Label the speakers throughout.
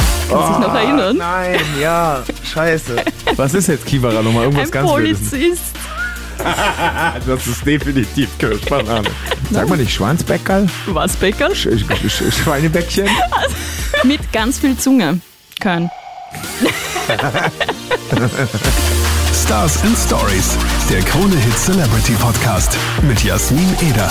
Speaker 1: Kannst du dich noch erinnern?
Speaker 2: Nein, ja, scheiße.
Speaker 3: Was ist jetzt Kiwara nochmal? Irgendwas
Speaker 1: Ein
Speaker 3: ganz Wildes.
Speaker 1: Polizist.
Speaker 3: Also, Das ist definitiv Kirschbanane. Sag mal nicht Schwanzbäckerl?
Speaker 1: Was, Bäcker?
Speaker 3: Sch Sch Sch Schweinebäckchen?
Speaker 1: Mit ganz viel Zunge. Kein.
Speaker 4: Stars and Stories, der Krone-Hit Celebrity Podcast mit Jasmin Eder.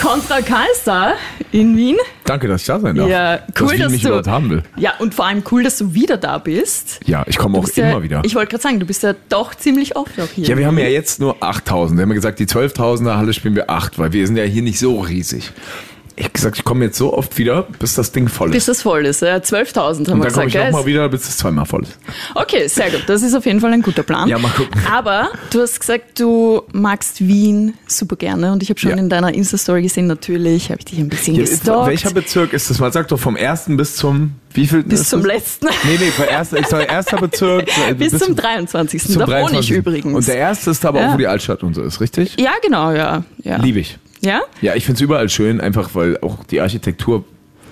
Speaker 1: Contra Kaiser in Wien.
Speaker 3: Danke, dass ich da sein darf.
Speaker 1: Ja, cool,
Speaker 3: dass Wien
Speaker 1: dass
Speaker 3: mich
Speaker 1: du-
Speaker 3: überhaupt haben will.
Speaker 1: Ja, und vor allem cool, dass du wieder da bist.
Speaker 3: Ja, ich komme
Speaker 1: Du
Speaker 3: auch
Speaker 1: bist
Speaker 3: immer
Speaker 1: ja,
Speaker 3: wieder.
Speaker 1: Ich wollte gerade sagen, du bist ja doch ziemlich oft auch hier.
Speaker 3: Ja, wir haben ja jetzt nur 8000. Wir haben ja gesagt, die 12.000er Halle spielen wir 8, weil wir sind ja hier nicht so riesig. Ich hab gesagt, ich komme jetzt so oft wieder, bis das Ding voll
Speaker 1: bis
Speaker 3: ist.
Speaker 1: das voll ist. Ja, 12.000 haben
Speaker 3: Und
Speaker 1: wir
Speaker 3: dann komme
Speaker 1: gesagt.
Speaker 3: ich
Speaker 1: gell?
Speaker 3: nochmal wieder, bis es zweimal voll ist.
Speaker 1: Okay, sehr gut. Das ist auf jeden Fall ein guter Plan.
Speaker 3: Ja, mal gucken.
Speaker 1: Aber du hast gesagt, du magst Wien super gerne und ich habe schon
Speaker 3: Ja.
Speaker 1: in deiner Insta-Story gesehen, natürlich habe ich dich ein bisschen gestalkt.
Speaker 3: welcher Bezirk ist das? Man sagt doch vom ersten bis zum wievielten?
Speaker 1: bis
Speaker 3: ist
Speaker 1: zum
Speaker 3: das?
Speaker 1: letzten.
Speaker 3: Nee, nee, von erster, ich sag erster Bezirk. äh,
Speaker 1: bis, zum 23.
Speaker 3: bis zum
Speaker 1: da wohne ich
Speaker 3: 23..
Speaker 1: übrigens.
Speaker 3: Und der erste ist aber
Speaker 1: Ja.
Speaker 3: auch, wo die Altstadt und so ist, richtig?
Speaker 1: ja, genau, ja. ja.
Speaker 3: Lieb ich.
Speaker 1: Ja?
Speaker 3: Ja, ich find's überall schön, einfach weil auch die Architektur,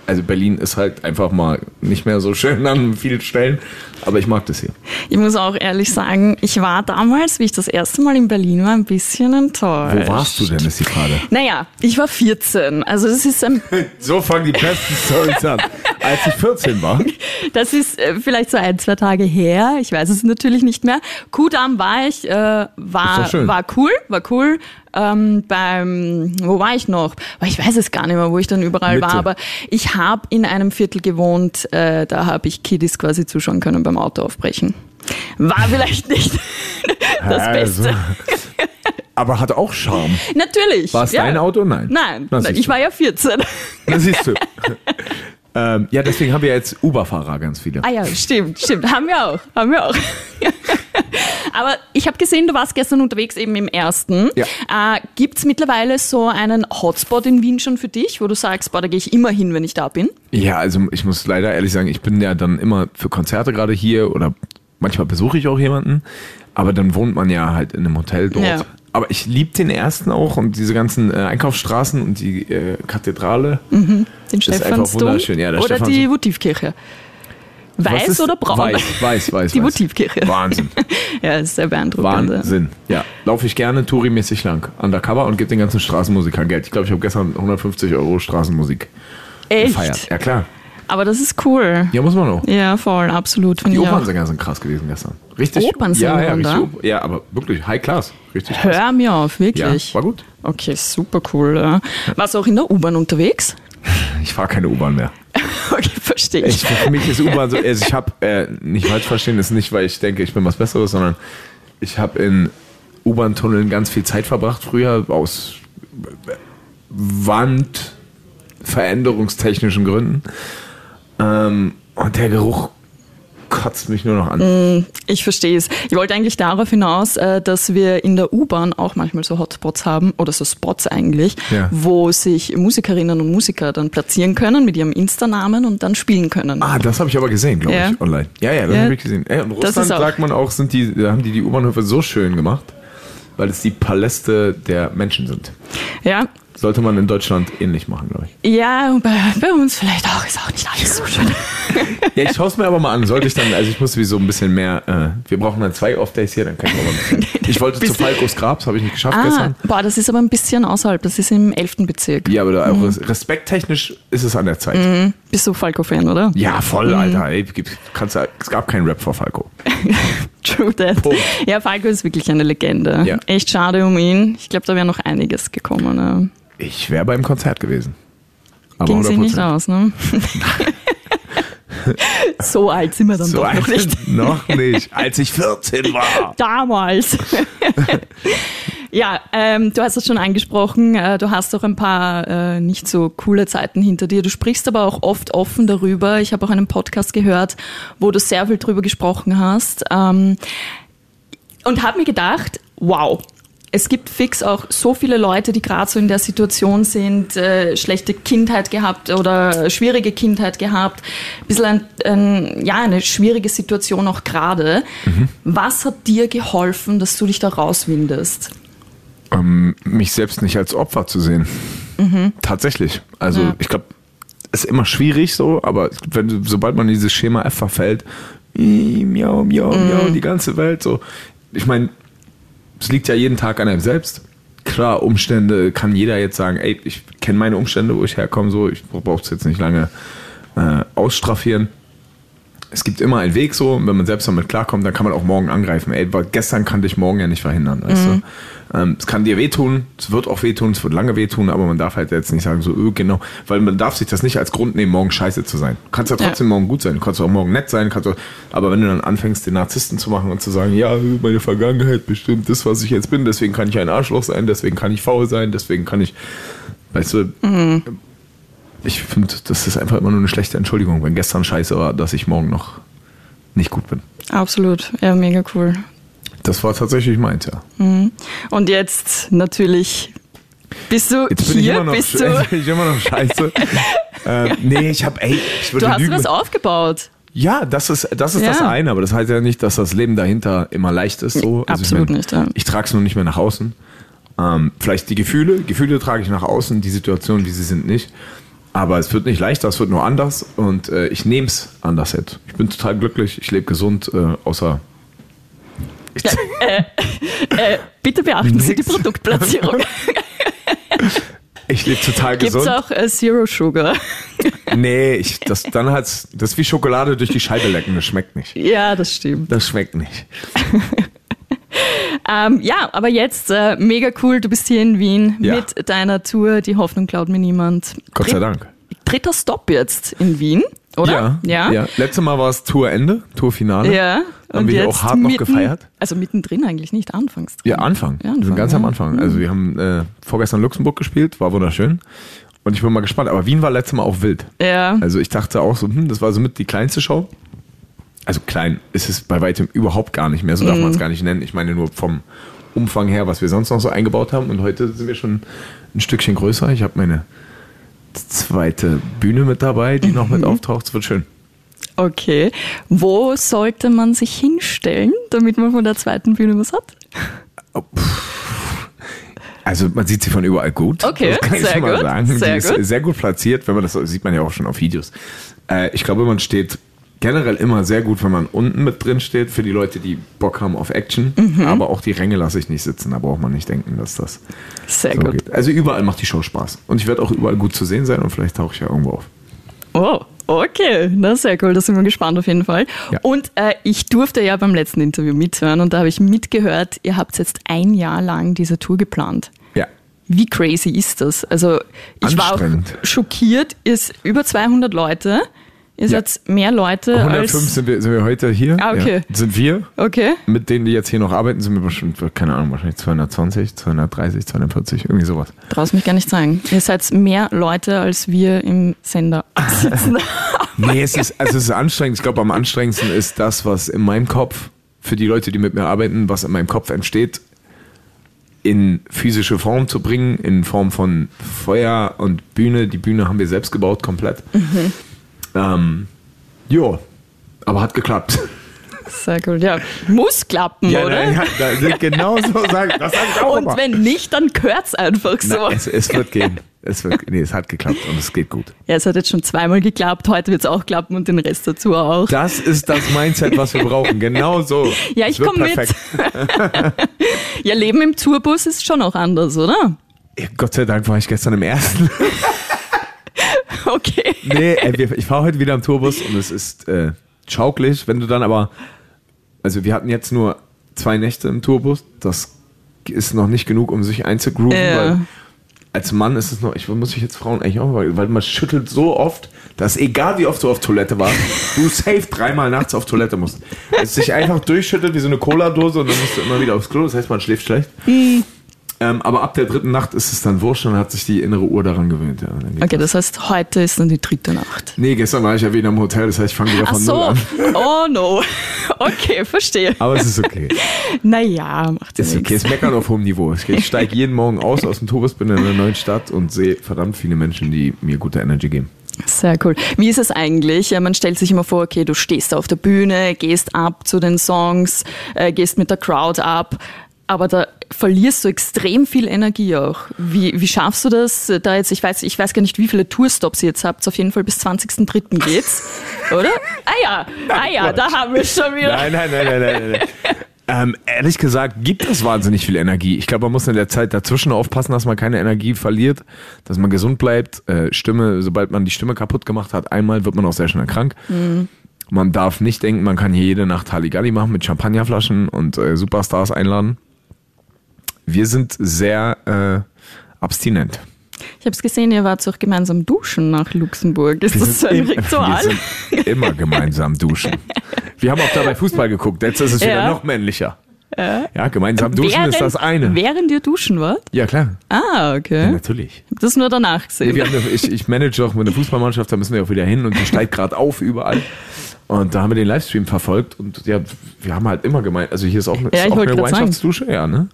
Speaker 3: also Berlin ist halt einfach mal nicht mehr so schön an vielen Stellen, aber ich mag das hier.
Speaker 1: Ich muss auch ehrlich sagen, ich war damals, wie ich das erste Mal in Berlin war, ein bisschen enttäuscht.
Speaker 3: Wo warst du denn, ist die Frage?
Speaker 1: Naja, ich war 14. Also das ist ein
Speaker 3: So fangen die besten Stories an. Als ich 14 war,
Speaker 1: Das ist äh, vielleicht so ein, zwei Tage her. Ich weiß es natürlich nicht mehr. Kudamm war ich, äh,
Speaker 3: doch
Speaker 1: war,
Speaker 3: schön.
Speaker 1: war cool, war cool. Ähm, beim, wo war ich noch? Weil Ich weiß es gar nicht mehr, wo ich dann überall war,
Speaker 3: Mitte.
Speaker 1: aber ich habe in einem Viertel gewohnt, äh, da habe ich Kiddies quasi zuschauen können beim Auto aufbrechen. War vielleicht nicht das
Speaker 3: Also.
Speaker 1: Beste.
Speaker 3: aber hat auch Charme.
Speaker 1: Natürlich.
Speaker 3: War es
Speaker 1: ja.
Speaker 3: dein Auto? Nein.
Speaker 1: Nein,
Speaker 3: Na,
Speaker 1: nein
Speaker 3: siehst
Speaker 1: ich
Speaker 3: du.
Speaker 1: war ja 14.
Speaker 3: Na, siehst du. ähm, ja, deswegen haben wir jetzt Uber-Fahrer ganz viele.
Speaker 1: Ah ja, stimmt, stimmt. Haben wir auch, haben wir auch. Aber ich habe gesehen, du warst gestern unterwegs eben im ersten.
Speaker 3: Ja.
Speaker 1: Äh, Gibt es mittlerweile so einen Hotspot in Wien schon für dich, wo du sagst, boah, da gehe ich immer hin, wenn ich da bin?
Speaker 3: Ja, also ich muss leider ehrlich sagen, ich bin ja dann immer für Konzerte gerade hier oder manchmal besuche ich auch jemanden, aber dann wohnt man ja halt in einem Hotel dort.
Speaker 1: Ja.
Speaker 3: Aber ich liebe den ersten auch und diese ganzen äh, Einkaufsstraßen und die äh, Kathedrale.
Speaker 1: Den
Speaker 3: ist einfach
Speaker 1: Stephansdom
Speaker 3: wunderschön, ja, der
Speaker 1: oder
Speaker 3: Stephansdom.
Speaker 1: die Votivkirche?
Speaker 3: Was
Speaker 1: Weiß
Speaker 3: ist-
Speaker 1: oder braun?
Speaker 3: Weiß, weiß, weiß.
Speaker 1: Die
Speaker 3: weiß.
Speaker 1: Votivkirche.
Speaker 3: Wahnsinn,
Speaker 1: Ja, ist sehr beeindruckend.
Speaker 3: Wahnsinn. Ja, laufe ich gerne tourimäßig lang, undercover und gebe den ganzen Straßenmusikern Geld. Ich glaube, ich habe gestern 150 Euro Straßenmusik
Speaker 1: Echt?
Speaker 3: gefeiert. Ja klar,
Speaker 1: Aber das ist cool.
Speaker 3: ja muss man auch.
Speaker 1: Ja, voll, absolut.
Speaker 3: Die
Speaker 1: finde ich auch.
Speaker 3: Opernsänger sind krass gewesen gestern. Richtig.
Speaker 1: Opernsänger
Speaker 3: ja, ja,
Speaker 1: waren
Speaker 3: richtig,
Speaker 1: da?
Speaker 3: Op- ja, aber wirklich High Class. Richtig. krass.
Speaker 1: Hör mir auf,
Speaker 3: Ja,
Speaker 1: wirklich.
Speaker 3: war gut.
Speaker 1: okay, super cool. Ja. Warst du auch in der U-Bahn unterwegs?
Speaker 3: Ich fahre keine U-Bahn mehr.
Speaker 1: Okay, verstehe
Speaker 3: Ich, für mich ist U-Bahn so, also ich habe, äh, nicht falsch verstehen, das ist nicht, weil ich denke, ich bin was Besseres, sondern ich habe in U-Bahn-Tunneln ganz viel Zeit verbracht früher aus Wandveränderungstechnischen Gründen. Ähm, und der Geruch kotzt mich nur noch an.
Speaker 1: Ich verstehe es. Ich wollte eigentlich darauf hinaus, äh, dass wir in der U-Bahn auch manchmal so Hotspots haben oder so Spots eigentlich,
Speaker 3: Ja.
Speaker 1: wo sich Musikerinnen und Musiker dann platzieren können mit ihrem Insta-Namen und dann spielen können.
Speaker 3: Ah, das habe ich aber gesehen, glaube
Speaker 1: Ja.
Speaker 3: ich, online. Ja, ja, das
Speaker 1: Ja.
Speaker 3: habe ich gesehen. Ey, in
Speaker 1: Das
Speaker 3: Russland
Speaker 1: ist auch-
Speaker 3: sagt man auch, sind die, da haben die die U-Bahnhöfe so schön gemacht, weil es die Paläste der Menschen sind.
Speaker 1: Ja,
Speaker 3: Sollte man in Deutschland ähnlich machen, glaube ich.
Speaker 1: ja und bei, bei uns vielleicht auch, ist auch nicht alles so schön.
Speaker 3: Ja, ich schaue es mir aber mal an. Sollte ich dann, also ich muss sowieso ein bisschen mehr, äh, wir brauchen dann zwei Off-Days hier, dann kann ich aber ein bisschen. Ich wollte zu Falkos Grabs, habe ich nicht geschafft
Speaker 1: Ah,
Speaker 3: gestern.
Speaker 1: boah, das ist aber ein bisschen außerhalb, das ist im 11. Bezirk.
Speaker 3: Ja, aber da auch
Speaker 1: Mhm.
Speaker 3: res- respekttechnisch ist es an der Zeit.
Speaker 1: Bist du Falco-Fan, oder?
Speaker 3: Hm. Ja, voll,
Speaker 1: Mhm.
Speaker 3: Alter. Ey, gibt- kannst, du- es gab keinen Rap vor Falco.
Speaker 1: True that.
Speaker 3: Punkt.
Speaker 1: Ja, Falco ist wirklich eine Legende.
Speaker 3: Ja.
Speaker 1: Echt schade um ihn. Ich glaube, da wäre noch einiges gekommen. Ne?
Speaker 3: Ich wäre beim Konzert gewesen. Aber
Speaker 1: Ging sich nicht
Speaker 3: 100%.
Speaker 1: aus, ne? so alt sind wir dann doch noch
Speaker 3: alt
Speaker 1: nicht.
Speaker 3: noch nicht, als ich 14 war.
Speaker 1: Damals. ja, ähm, du hast es schon angesprochen, äh, du hast auch ein paar äh, nicht so coole Zeiten hinter dir. Du sprichst aber auch oft offen darüber. Ich habe auch einen Podcast gehört, wo du sehr viel drüber gesprochen hast. Ähm, und habe mir gedacht, wow. Es gibt fix auch so viele Leute, die gerade so in der Situation sind, äh, schlechte Kindheit gehabt oder schwierige Kindheit gehabt, ein bisschen ein, ein, ja, eine schwierige Situation auch gerade.
Speaker 3: Mhm.
Speaker 1: Was hat dir geholfen, dass du dich da rauswindest?
Speaker 3: Mich selbst nicht als Opfer zu sehen. Tatsächlich. Also ich glaube, ist immer schwierig so, aber wenn, sobald man in dieses Schema F verfällt, mie, miau, miau, miau, die ganze Welt so. Ich meine, es liegt ja jeden Tag an einem selbst. Klar, Umstände kann jeder jetzt sagen, ey, ich kenne meine Umstände, wo ich herkomme, so, ich brauche es jetzt nicht lange äh, ausstraffieren. Es gibt immer einen Weg so, und wenn man selbst damit klarkommt, dann kann man auch morgen angreifen. Ey, weil gestern kann dich morgen ja nicht verhindern, weißt du? Ähm, es kann dir wehtun, es wird auch wehtun, es wird lange wehtun, aber man darf halt jetzt nicht sagen, so, öh, genau, weil man darf sich das nicht als Grund nehmen, morgen scheiße zu sein. Du kannst ja
Speaker 1: Ja.
Speaker 3: trotzdem morgen gut sein, du kannst auch morgen nett sein, kannst auch, aber wenn du dann anfängst, den Narzissten zu machen und zu sagen, ja, öh, meine Vergangenheit bestimmt das, was ich jetzt bin, deswegen kann ich ein Arschloch sein, deswegen kann ich faul sein, deswegen kann ich, weißt du, ich finde, das ist einfach immer nur eine schlechte Entschuldigung, wenn gestern scheiße war, dass ich morgen noch nicht gut bin.
Speaker 1: Absolut, ja, mega cool.
Speaker 3: Das war tatsächlich meins, ja.
Speaker 1: Und jetzt natürlich bist du
Speaker 3: Jetzt bin ich
Speaker 1: hier,
Speaker 3: immer noch,
Speaker 1: bist
Speaker 3: sch- jetzt
Speaker 1: du.
Speaker 3: bin ich immer noch scheiße. ähm, nee, ich habe, ey, ich würde
Speaker 1: Du hast
Speaker 3: lügen.
Speaker 1: was aufgebaut.
Speaker 3: Ja, das ist das, ist das
Speaker 1: Ja.
Speaker 3: eine, aber das heißt ja nicht, dass das Leben dahinter immer leicht ist.
Speaker 1: Nee,
Speaker 3: So. Also
Speaker 1: absolut
Speaker 3: ich
Speaker 1: nicht, ja.
Speaker 3: Ich trage es nur nicht mehr nach außen. Ähm, vielleicht die Gefühle, Gefühle trage ich nach außen, die Situationen, wie sie sind, nicht. Aber es wird nicht leichter, es wird nur anders und äh, ich nehme es anders jetzt. Ich bin total glücklich, ich lebe gesund, äh, außer. Ich,
Speaker 1: Bitte beachten Sie die
Speaker 3: Nix.
Speaker 1: Produktplatzierung.
Speaker 3: ich lebe total
Speaker 1: Gibt es
Speaker 3: gesund.
Speaker 1: auch äh, Zero Sugar?
Speaker 3: Nee, ich, das, dann hat's, das ist wie Schokolade durch die Scheibe lecken, das schmeckt nicht.
Speaker 1: ja, das stimmt.
Speaker 3: Das schmeckt nicht.
Speaker 1: Ähm, ja, aber jetzt äh, mega cool, du bist hier in Wien
Speaker 3: Ja.
Speaker 1: mit deiner Tour. Die Hoffnung klaut mir niemand.
Speaker 3: Gott sei
Speaker 1: Dritt-
Speaker 3: Dank.
Speaker 1: Dritter Stop jetzt in Wien, oder?
Speaker 3: Ja, ja. Letztes Mal war es Tourende, Tourfinale.
Speaker 1: Ja,
Speaker 3: Haben wir hier auch hart noch gefeiert?
Speaker 1: Also mittendrin eigentlich nicht, anfangs.
Speaker 3: Ja, Anfang.
Speaker 1: Ja, Anfang,
Speaker 3: wir sind ganz
Speaker 1: ja. Mhm.
Speaker 3: am Anfang. Also wir haben äh, vorgestern Luxemburg gespielt, war wunderschön. Und ich bin mal gespannt. Aber Wien war letztes Mal auch wild.
Speaker 1: Ja,
Speaker 3: Also ich dachte auch so, hm, das war somit die kleinste Show. Also klein ist es bei weitem überhaupt gar nicht mehr, so
Speaker 1: Mhm.
Speaker 3: darf man es gar nicht nennen. Ich meine nur vom Umfang her, was wir sonst noch so eingebaut haben. Und heute sind wir schon ein Stückchen größer. Ich habe meine zweite Bühne mit dabei, die noch
Speaker 1: Mhm.
Speaker 3: mit auftaucht. Es wird schön.
Speaker 1: okay. Wo sollte man sich hinstellen, damit man von der zweiten Bühne was hat?
Speaker 3: Also man sieht sie von überall gut.
Speaker 1: Okay,
Speaker 3: das kann ich
Speaker 1: sehr
Speaker 3: schon mal
Speaker 1: gut,
Speaker 3: sagen. Die
Speaker 1: sehr
Speaker 3: ist
Speaker 1: gut.
Speaker 3: sehr gut platziert, wenn man das sieht man ja auch schon auf Videos. Äh, ich glaube, man steht generell immer sehr gut, wenn man unten mit drin steht, für die Leute, die Bock haben auf Action.
Speaker 1: Mhm.
Speaker 3: Aber auch die Ränge lasse ich nicht sitzen, da braucht man nicht denken, dass das
Speaker 1: Sehr
Speaker 3: so
Speaker 1: gut.
Speaker 3: geht. Also überall macht die Show Spaß. Und ich werde auch überall gut zu sehen sein und vielleicht tauche ich ja irgendwo auf.
Speaker 1: Oh, okay. Na, sehr cool. Da sind wir gespannt auf jeden Fall.
Speaker 3: Ja.
Speaker 1: Und äh, ich durfte ja beim letzten Interview mithören und da habe ich mitgehört, ihr habt jetzt ein Jahr lang diese Tour geplant.
Speaker 3: Ja.
Speaker 1: Wie crazy ist das? Also, ich war auch
Speaker 3: Anstrengend.
Speaker 1: schockiert. Ist über 200 Leute. Ihr
Speaker 3: Ja.
Speaker 1: seid mehr Leute
Speaker 3: 105
Speaker 1: als.
Speaker 3: sind wir, sind wir heute hier.
Speaker 1: Ah, okay.
Speaker 3: Ja. Sind wir.
Speaker 1: Okay.
Speaker 3: Mit denen, die jetzt hier noch arbeiten, sind wir bestimmt, keine Ahnung, wahrscheinlich 220, 230, 240, irgendwie sowas.
Speaker 1: Traust mich gar nicht sagen. Ihr seid mehr Leute, als wir im Sender sitzen.
Speaker 3: Nee, es ist, also es ist anstrengend. Ich glaube, am anstrengendsten ist das, was in meinem Kopf, für die Leute, die mit mir arbeiten, was in meinem Kopf entsteht, in physische Form zu bringen, in Form von Feuer und Bühne. Die Bühne haben wir selbst gebaut, komplett.
Speaker 1: Mhm.
Speaker 3: Ähm, jo, aber hat geklappt.
Speaker 1: Sehr cool. Ja, muss klappen, oder?
Speaker 3: ja, da- genau so sagen. Das sage ich auch
Speaker 1: Und
Speaker 3: immer.
Speaker 1: wenn nicht, dann gehört's einfach so.
Speaker 3: Na, also es, es wird gehen. Es wird, nee, es hat geklappt und es geht gut.
Speaker 1: Ja, es hat jetzt schon zweimal geklappt, heute wird's auch klappen und den Rest dazu auch.
Speaker 3: Das ist das Mindset, was wir brauchen. Genau so.
Speaker 1: Ja,
Speaker 3: Es
Speaker 1: ich
Speaker 3: wird
Speaker 1: komm mit.
Speaker 3: perfekt.
Speaker 1: Ja, Leben im Tourbus ist schon auch anders, oder?
Speaker 3: Ja, Gott sei Dank war ich gestern im ersten.
Speaker 1: Okay.
Speaker 3: nee, ey, wir, ich fahre heute wieder am Tourbus und es ist äh, schaukelig, wenn du dann aber. Also wir hatten jetzt nur zwei Nächte im Tourbus. Das ist noch nicht genug, um sich einzugrooven,
Speaker 1: Ja.
Speaker 3: weil als Mann ist es noch, ich muss ich jetzt Frauen eigentlich auch mal, weil man schüttelt so oft, dass egal wie oft du auf Toilette warst, du safe dreimal nachts auf Toilette musst. Es sich einfach durchschüttelt wie so eine Cola-Dose und dann musst du immer wieder aufs Klo, das heißt, man schläft schlecht. Ähm, aber ab der dritten Nacht ist es dann wurscht und dann hat sich die innere Uhr daran gewöhnt. Ja, Und dann geht's
Speaker 1: Okay, das heißt, heute ist dann die dritte Nacht.
Speaker 3: Nee, gestern war ich ja wieder im Hotel, das heißt, ich fange wieder
Speaker 1: Ach
Speaker 3: von null
Speaker 1: so.
Speaker 3: an.
Speaker 1: Oh no. Okay, verstehe.
Speaker 3: Aber es ist okay.
Speaker 1: Naja, macht ja
Speaker 3: Es ist
Speaker 1: nichts.
Speaker 3: okay. Es ist meckern auf hohem Niveau. Ich steige jeden Morgen aus aus dem Tourbus, bin in einer neuen Stadt und sehe verdammt viele Menschen, die mir gute Energy geben.
Speaker 1: Sehr cool. Wie ist es eigentlich? Ja, Man stellt sich immer vor, okay, du stehst auf der Bühne, gehst ab zu den Songs, äh, gehst mit der Crowd ab. aber da verlierst du extrem viel Energie auch. Wie, wie schaffst du das? äh, Da jetzt, ich weiß, ich weiß gar nicht, wie viele Tourstops ihr jetzt habt. Auf jeden Fall bis 20.03. geht's, oder? Ah ja, ah ja, da haben wir schon wieder.
Speaker 3: Nein, nein, nein, nein, nein. nein. Ähm, ehrlich gesagt gibt es wahnsinnig viel Energie. Ich glaube, man muss in der Zeit dazwischen aufpassen, dass man keine Energie verliert, dass man gesund bleibt. Äh, Stimme, sobald man die Stimme kaputt gemacht hat, einmal wird man auch sehr schnell krank. Man darf nicht denken, man kann hier jede Nacht Halligalli machen mit Champagnerflaschen und äh, Superstars einladen. Wir sind sehr äh, abstinent.
Speaker 1: Ich habe es gesehen, ihr wart auch gemeinsam duschen nach Luxemburg. Ist das so ein
Speaker 3: im- wir
Speaker 1: Ritual?
Speaker 3: sind immer gemeinsam duschen. Wir haben auch dabei Fußball geguckt. Jetzt ist es wieder
Speaker 1: Ja.
Speaker 3: noch männlicher. Ja, gemeinsam duschen ist das eine. Genau.
Speaker 1: Während ihr duschen wart?
Speaker 3: Ja, klar.
Speaker 1: Ah,
Speaker 3: Ja,
Speaker 1: okay.
Speaker 3: natürlich.
Speaker 1: Ich hab das nur danach gesehen.
Speaker 3: Wir haben eine, ich, ich manage auch mit einer Fußballmannschaft, da müssen wir auch wieder hin und die steigt gerade auf überall. Und da haben wir den Livestream verfolgt und ja, wir haben halt immer gemeint, also hier ist auch eine,
Speaker 1: Ja,
Speaker 3: ist
Speaker 1: ich
Speaker 3: auch
Speaker 1: wollte
Speaker 3: eine
Speaker 1: grad sagen.
Speaker 3: Gemeinschaftsdusche, ja, ne?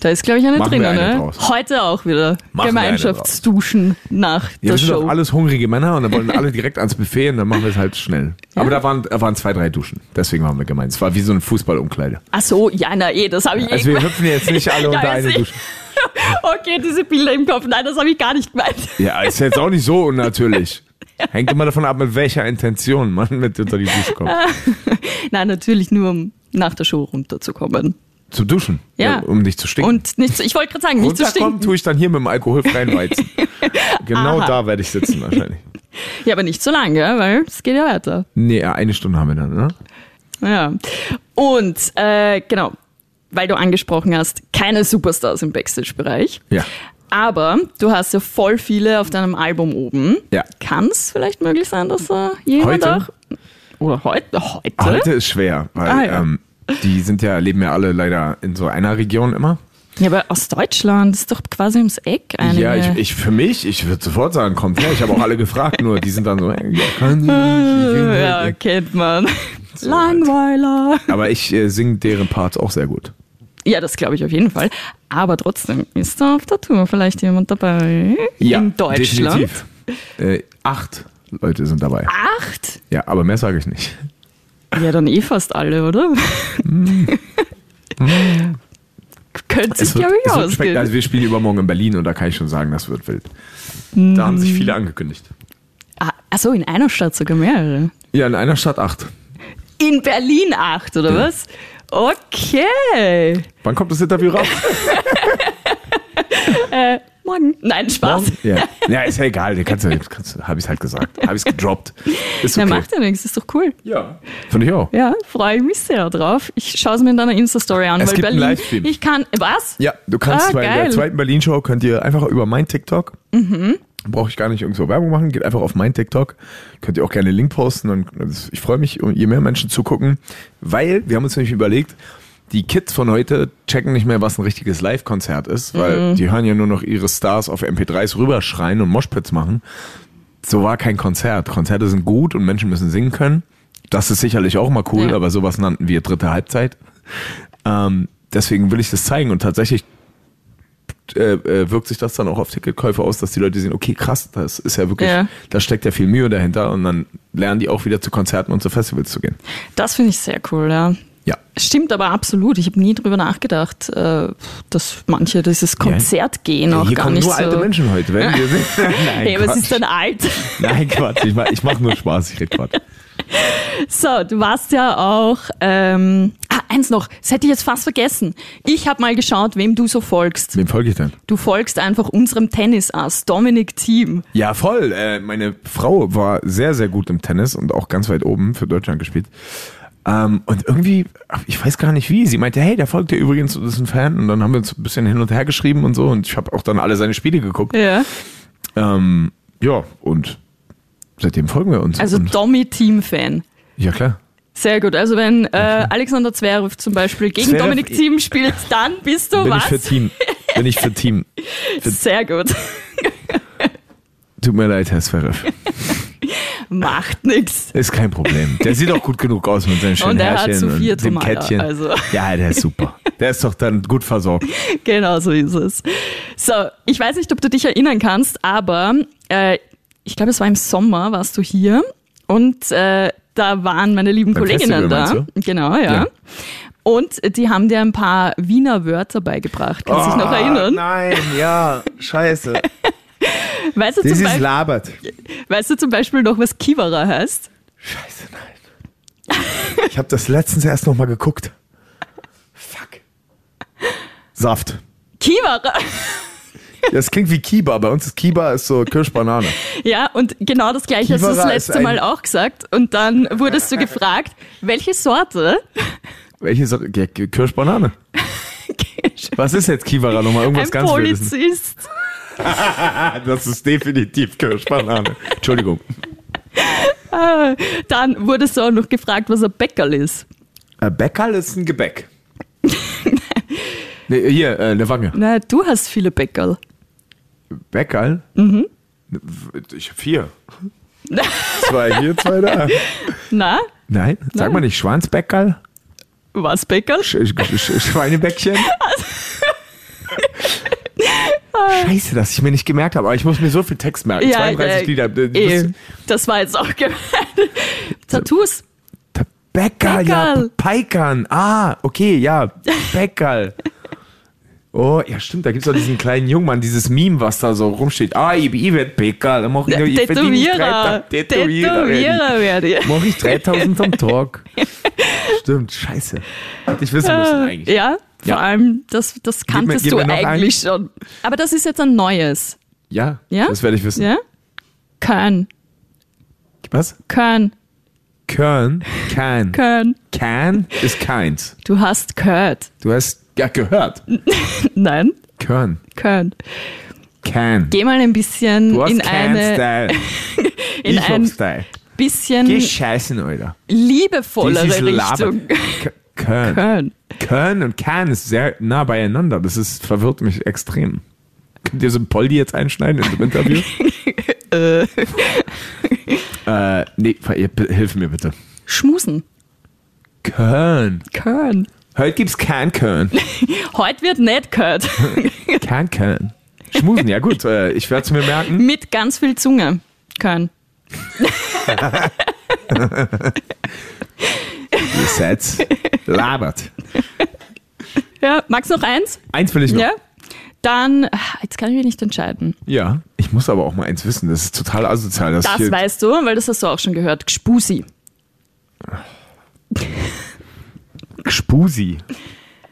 Speaker 1: Da ist, glaube ich, eine
Speaker 3: Machen wir
Speaker 1: drin,
Speaker 3: eine
Speaker 1: ne?
Speaker 3: draus.
Speaker 1: Heute auch wieder.
Speaker 3: Machen wir eine
Speaker 1: Gemeinschaftsduschen nach
Speaker 3: Ja,
Speaker 1: der
Speaker 3: wir sind doch
Speaker 1: Show.
Speaker 3: alles hungrige Männer und dann wollen alle direkt ans Buffet und dann machen wir es halt schnell. Aber da waren, da waren zwei, drei Duschen. Deswegen waren wir gemeint. Es war wie so ein Fußballumkleide.
Speaker 1: Ach so, ja, na eh, das habe ich
Speaker 3: Also
Speaker 1: eh
Speaker 3: wir hüpfen jetzt nicht alle unter
Speaker 1: Ja,
Speaker 3: eine
Speaker 1: ich-
Speaker 3: Dusche.
Speaker 1: Okay, diese Bilder im Kopf. Nein, das habe ich gar nicht gemeint.
Speaker 3: Ja, ist jetzt auch nicht so unnatürlich. Hängt immer davon ab, mit welcher Intention man mit unter die Dusche kommt.
Speaker 1: Nein, natürlich nur, um nach der Show runterzukommen.
Speaker 3: Zum Duschen.
Speaker 1: Ja.
Speaker 3: Um nicht zu stinken.
Speaker 1: Und nicht, zu- ich wollte gerade sagen, nicht zu
Speaker 3: Runterkommen
Speaker 1: stinken.
Speaker 3: tue ich dann hier mit dem alkoholfreien Weizen. genau
Speaker 1: Aha.
Speaker 3: da werde ich sitzen wahrscheinlich.
Speaker 1: Ja, aber nicht so lange, ja, weil es geht ja weiter.
Speaker 3: Nee, ja, eine Stunde haben wir dann, ne?
Speaker 1: Ja. Und äh, genau, weil du angesprochen hast, keine Superstars im Backstage-Bereich.
Speaker 3: Ja.
Speaker 1: Aber du hast ja voll viele auf deinem Album oben.
Speaker 3: Ja.
Speaker 1: Kann es vielleicht möglich sein, dass da jemand
Speaker 3: Heute?
Speaker 1: auch. Oder heute? Heute?
Speaker 3: Heute ist schwer, weil
Speaker 1: Ah, ja.
Speaker 3: ähm, die sind ja, leben ja alle leider in so einer Region immer.
Speaker 1: Ja, aber aus Deutschland ist doch quasi ums Eck einige.
Speaker 3: Ja, ich, ich für mich, ich würde sofort sagen, kommt her. Ich habe auch alle gefragt, nur die sind dann so, ey, ja, kann ich, ich will
Speaker 1: ja,
Speaker 3: nicht.
Speaker 1: kennt man. Langweiler.
Speaker 3: Aber ich äh, singe deren Parts auch sehr gut.
Speaker 1: Ja, das glaube ich auf jeden Fall. Aber trotzdem ist da auf der Tour vielleicht jemand dabei in Deutschland.
Speaker 3: Definitiv. Äh, acht Leute sind dabei.
Speaker 1: Acht?
Speaker 3: Ja, aber mehr sage ich nicht.
Speaker 1: Ja, dann eh fast alle, oder? Könnte sich,
Speaker 3: wird-
Speaker 1: glaube ich,
Speaker 3: es wird spek- also
Speaker 1: ausgehen.
Speaker 3: wir spielen übermorgen in Berlin und da kann ich schon sagen, das wird wild.
Speaker 1: Mhm.
Speaker 3: Da haben sich viele angekündigt.
Speaker 1: Achso, Ah, in einer Stadt sogar mehrere.
Speaker 3: Ja, in einer Stadt acht.
Speaker 1: In Berlin acht, oder was? Okay.
Speaker 3: Wann kommt das Interview raus?
Speaker 1: Morgen. Nein, Spaß.
Speaker 3: Morgen? Ja. ja, ist ja egal. den Kannst du, kannst, du- hab ich's halt gesagt. Hab ich's gedroppt. Ist
Speaker 1: Na,
Speaker 3: okay.
Speaker 1: macht ja nichts, ist doch cool.
Speaker 3: ja. Finde ich auch.
Speaker 1: Ja, freue ich mich sehr drauf. Ich schaue es mir in deiner Insta-Story an,
Speaker 3: Es
Speaker 1: weil
Speaker 3: gibt einen
Speaker 1: Berlin.
Speaker 3: Livestream.
Speaker 1: Ich kann. Was?
Speaker 3: Ja, du kannst
Speaker 1: Ah,
Speaker 3: bei der
Speaker 1: geil. Mhm.
Speaker 3: zweiten Berlin-Show könnt ihr einfach über mein TikTok. Brauche ich gar nicht irgendwo Werbung machen, geht einfach auf mein TikTok. Könnt ihr auch gerne einen Link posten. Und das- ich freue mich, um- je mehr Menschen zugucken, weil wir haben uns nämlich überlegt, die Kids von heute checken nicht mehr, was ein richtiges Live-Konzert ist, weil
Speaker 1: Mhm.
Speaker 3: die hören ja nur noch ihre Stars auf MP3s rüberschreien und Moshpits machen. So war kein Konzert. Konzerte sind gut und Menschen müssen singen können. Das ist sicherlich auch mal cool,
Speaker 1: Ja.
Speaker 3: aber sowas nannten wir dritte Halbzeit. Ähm, deswegen will ich das zeigen und tatsächlich äh, äh, wirkt sich das dann auch auf Ticketkäufe aus, dass die Leute sehen, okay, krass, das ist ja wirklich,
Speaker 1: Ja.
Speaker 3: da steckt ja viel Mühe dahinter und dann lernen die auch wieder zu Konzerten und zu Festivals zu gehen.
Speaker 1: Das finde ich sehr cool, ja.
Speaker 3: Ja.
Speaker 1: Stimmt aber absolut. Ich habe nie drüber nachgedacht, äh, dass manche dieses Konzert gehen auch
Speaker 3: Hier
Speaker 1: gar
Speaker 3: kommen
Speaker 1: nicht
Speaker 3: nur
Speaker 1: so.
Speaker 3: alte Menschen heute, wenn wir sind. Nein,
Speaker 1: Hey, was
Speaker 3: Quatsch.
Speaker 1: ist denn alt?
Speaker 3: Nein, Quatsch, ich, mach- ich mache nur Spaß, ich rede Quatsch.
Speaker 1: So, du warst ja auch. Ähm, ah, eins noch, das hätte ich jetzt fast vergessen. Ich habe mal geschaut, wem du so folgst.
Speaker 3: Wem folge ich denn?
Speaker 1: Du folgst einfach unserem Tennisass, Dominik Thiem.
Speaker 3: Ja, voll. Äh, meine Frau war sehr, sehr gut im Tennis und auch ganz weit oben für Deutschland gespielt. Ähm, und irgendwie, ich weiß gar nicht wie, sie meinte, hey, der folgt dir übrigens und ist ein Fan. Und dann haben wir uns ein bisschen hin und her geschrieben und so. Und ich habe auch dann alle seine Spiele geguckt.
Speaker 1: Ja.
Speaker 3: Ähm, ja, und seitdem folgen wir uns.
Speaker 1: Also
Speaker 3: und,
Speaker 1: Domi Thiem-Fan.
Speaker 3: ja, klar.
Speaker 1: Sehr gut. Also wenn äh, Alexander Zverev zum Beispiel gegen
Speaker 3: Zverev-
Speaker 1: Dominik Thiem spielt, dann bist du
Speaker 3: Bin
Speaker 1: was?
Speaker 3: ich für Team. Bin ich für Team.
Speaker 1: Sehr gut.
Speaker 3: Tut mir leid, Herr Zverev.
Speaker 1: Macht nix.
Speaker 3: Ist kein Problem. Der sieht auch gut genug aus mit seinen schönen
Speaker 1: Oh, Und er hat
Speaker 3: Härchen
Speaker 1: zu viert
Speaker 3: und dem
Speaker 1: Humala,
Speaker 3: Kettchen.
Speaker 1: also.
Speaker 3: Ja, der ist super. Der ist doch dann gut versorgt.
Speaker 1: Genau so ist es. So, ich weiß nicht, ob du dich erinnern kannst, aber äh, ich glaube, es war im Sommer, warst du hier und äh, da waren meine lieben
Speaker 3: Beim
Speaker 1: Kolleginnen
Speaker 3: Festival,
Speaker 1: da.
Speaker 3: meinst
Speaker 1: Genau, ja.
Speaker 3: Ja.
Speaker 1: Und die haben dir ein paar Wiener Wörter beigebracht. Kannst du dich noch
Speaker 3: Oh,
Speaker 2: Ah,
Speaker 1: erinnern?
Speaker 2: Nein, ja, scheiße.
Speaker 1: Weißt du,
Speaker 2: Das
Speaker 1: zum
Speaker 2: ist
Speaker 1: Beispiel,
Speaker 2: labert.
Speaker 1: weißt du zum Beispiel noch, was Kiwara heißt?
Speaker 2: Scheiße, nein. Ich habe das letztens erst nochmal geguckt. Fuck. Saft.
Speaker 1: Kiwara!
Speaker 2: Ja, Das klingt wie Kiba. Bei uns ist Kiba ist so Kirschbanane.
Speaker 1: Ja, und genau das gleiche hast du das
Speaker 2: Kiwara ist
Speaker 1: letzte
Speaker 2: ein-
Speaker 1: Mal auch gesagt. Und dann wurdest du gefragt, welche Sorte?
Speaker 3: Welche Sorte? Ja, Kirschbanane. Was ist jetzt Kiwara nochmal? Irgendwas
Speaker 1: ein
Speaker 3: ganz Wildes.
Speaker 1: Polizist.
Speaker 2: Das ist definitiv Kirschbanane.
Speaker 3: Entschuldigung.
Speaker 1: Dann wurdest du auch noch gefragt, was ein Bäckerl ist.
Speaker 3: Ein Bäckerl Äh, ist ein Gebäck. nee, hier, äh, eine Wange.
Speaker 1: Na, du hast viele Bäckerl.
Speaker 3: Bäckerl? Ich hab vier.
Speaker 2: Zwei hier, zwei da.
Speaker 1: Na,
Speaker 3: Nein? Sag mal nicht Schwanzbäckerl?
Speaker 1: was Bäckerl?
Speaker 3: Sch Sch Sch Schweinebäckchen? Scheiße, dass ich mir nicht gemerkt habe, aber ich muss mir so viel Text merken. 32 Lieder. Äh, Du bist-
Speaker 1: eh, das war jetzt auch gemeint. Tattoos.
Speaker 3: Der Bäckerl, ja,
Speaker 1: Bäckerl.
Speaker 3: Peikern. Ah, okay, ja, Bäckerl. Oh, ja, stimmt, da gibt's doch diesen kleinen Jungmann, dieses Meme, was da so rumsteht. Ah, ich, ich werd Bäckerl, dann mach ich, ich verdiene ich
Speaker 1: Tätowierer.
Speaker 3: 3000 Tätowierer. werden.
Speaker 1: Tätowierer werde ich.
Speaker 3: Mach ich 3000 am Tag. Stimmt, scheiße. Hätte ich wissen müssen
Speaker 1: Äh,
Speaker 3: eigentlich.
Speaker 1: Ah, Ja, vor
Speaker 3: Ja.
Speaker 1: allem, das, das kanntest
Speaker 3: gib mir
Speaker 1: du
Speaker 3: noch einen.
Speaker 1: eigentlich schon. Aber das ist jetzt ein neues.
Speaker 3: Ja,
Speaker 1: Ja?
Speaker 3: das werde ich wissen.
Speaker 1: Ja? Köln,
Speaker 3: Was?
Speaker 1: Köln,
Speaker 3: Kern, kein.
Speaker 1: Köln.
Speaker 3: Can ist keins.
Speaker 1: Du hast gehört.
Speaker 3: Du hast ja gehört.
Speaker 1: Nein,
Speaker 3: Kern,
Speaker 1: Köln.
Speaker 3: can.
Speaker 1: Geh mal ein bisschen
Speaker 3: Du hast
Speaker 1: in
Speaker 3: keinen
Speaker 1: eine,
Speaker 3: Style.
Speaker 1: in
Speaker 3: ich hab
Speaker 1: ein
Speaker 3: Style.
Speaker 1: bisschen
Speaker 3: Geh scheißen, Alter.
Speaker 1: liebevollere
Speaker 3: Dieses
Speaker 1: Richtung.
Speaker 3: Kern.
Speaker 1: Köln.
Speaker 3: Kern und Can ist sehr nah beieinander. Das ist, verwirrt mich extrem. Könnt ihr so einen Poldi jetzt einschneiden in dem Interview? äh, nee, hilf mir bitte.
Speaker 1: Schmusen.
Speaker 3: Kern.
Speaker 1: Köln.
Speaker 3: Heute gibt's kein Kern.
Speaker 1: Heute wird nicht gehört.
Speaker 3: Kein Kern. Schmusen, ja gut. Äh, ich werde es mir merken.
Speaker 1: Mit ganz viel Zunge. Köln.
Speaker 3: Ihr seid labert.
Speaker 1: Ja, magst du noch eins?
Speaker 3: Eins will ich noch.
Speaker 1: Ja. Dann, ah, jetzt kann ich mich nicht entscheiden.
Speaker 3: Ja. Ich muss aber auch mal eins wissen. Das ist total asozial. Dass ich
Speaker 1: Das
Speaker 3: hier-
Speaker 1: weißt du, weil das hast du auch schon gehört. Gspusi.
Speaker 3: Spusi.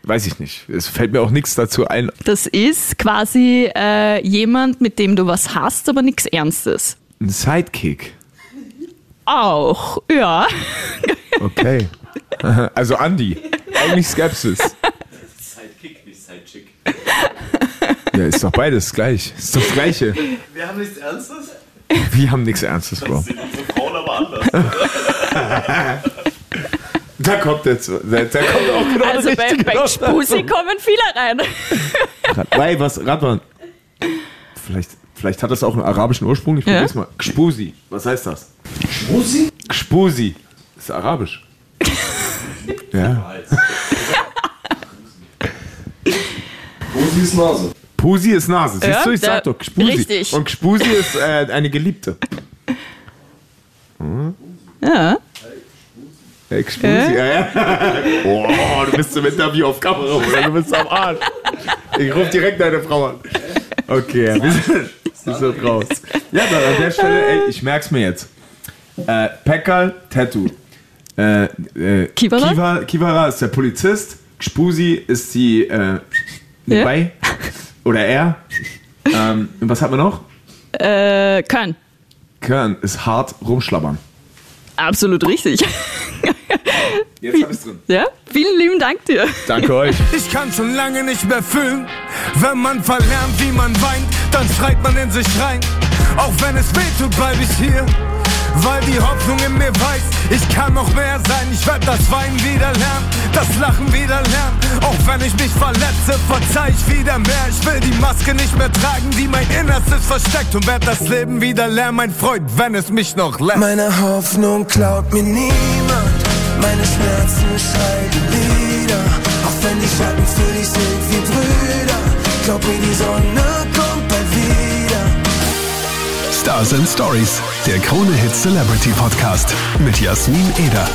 Speaker 3: Weiß ich nicht. Es fällt mir auch nichts dazu ein.
Speaker 1: Das ist quasi äh, jemand, mit dem du was hast, aber nichts Ernstes.
Speaker 3: Ein Sidekick.
Speaker 1: Auch, ja.
Speaker 3: Okay. Also Andi. Eigentlich Skepsis.
Speaker 5: Sidekick, nicht Sidechick.
Speaker 3: Ja, ist doch beides gleich. Ist doch das Gleiche.
Speaker 5: Wir haben nichts Ernstes?
Speaker 3: Wir haben nichts Ernstes, Bro.
Speaker 5: Das sind unsere Frauen aber anders.
Speaker 3: Da kommt jetzt. Da, da kommt auch genau
Speaker 1: Also
Speaker 3: der
Speaker 1: bei,
Speaker 3: richtige
Speaker 1: bei
Speaker 3: Knopf.
Speaker 1: Gspusi kommen viele rein.
Speaker 3: Rad- Bei was? Radwan. Vielleicht, vielleicht hat das auch einen arabischen Ursprung. Ich
Speaker 1: Ja.
Speaker 3: probier's mal. Gspusi. Was heißt das? Gspusi? Gspusi. Ist arabisch. ja.
Speaker 5: Rosi ist Nase.
Speaker 3: Pusi ist Nase. Siehst
Speaker 1: Ja,
Speaker 3: du, ich
Speaker 1: da-
Speaker 3: sag doch Gspusi.
Speaker 1: richtig.
Speaker 3: Und Gspusi ist äh, eine Geliebte. Hm?
Speaker 1: Ja.
Speaker 3: Hey, Gspusi. Ja, ja. Oh, du bist im Interview auf Kamera, oder? Du bist am Arsch. Ich ruf direkt deine Frau an. Okay, wir sind, wir sind raus. Ja, dann an der Stelle, ey, ich merk's mir jetzt. Äh, Pekal, Tattoo. Äh, äh,
Speaker 1: Kibara?
Speaker 3: Kiva, Kivara ist der Polizist. Gspusi ist die äh, nebenbei. Oder er. Ähm, und was hat man noch?
Speaker 1: Äh, Köln.
Speaker 3: Körn ist hart rumschlabbern.
Speaker 1: Absolut richtig.
Speaker 3: Jetzt hab ich's drin.
Speaker 1: Ja? Vielen lieben Dank dir.
Speaker 3: Danke euch.
Speaker 6: Ich kann schon lange nicht mehr fühlen. Wenn man verlernt, wie man weint, dann schreit man in sich rein. Auch wenn es weh tut, bleib ich hier. Weil die Hoffnung in mir weiß, ich kann noch mehr sein. Ich werd das Weinen wieder lernen, das Lachen wieder lernen. Auch wenn ich mich verletze, verzeih ich wieder mehr. Ich will die Maske nicht mehr tragen, die mein Innerstes versteckt. Und werd das Leben wieder lernen, mein Freund, wenn es mich noch lässt.
Speaker 7: Meine Hoffnung klaut mir niemand. Meine Schmerzen schreiben Lieder. Auch wenn die Schatten für dich sind wie Brüder. Glaub mir, die Sonne kommt bald wieder.
Speaker 4: Stars and Stories, der Krone Hit Celebrity Podcast mit Jasmin Eder.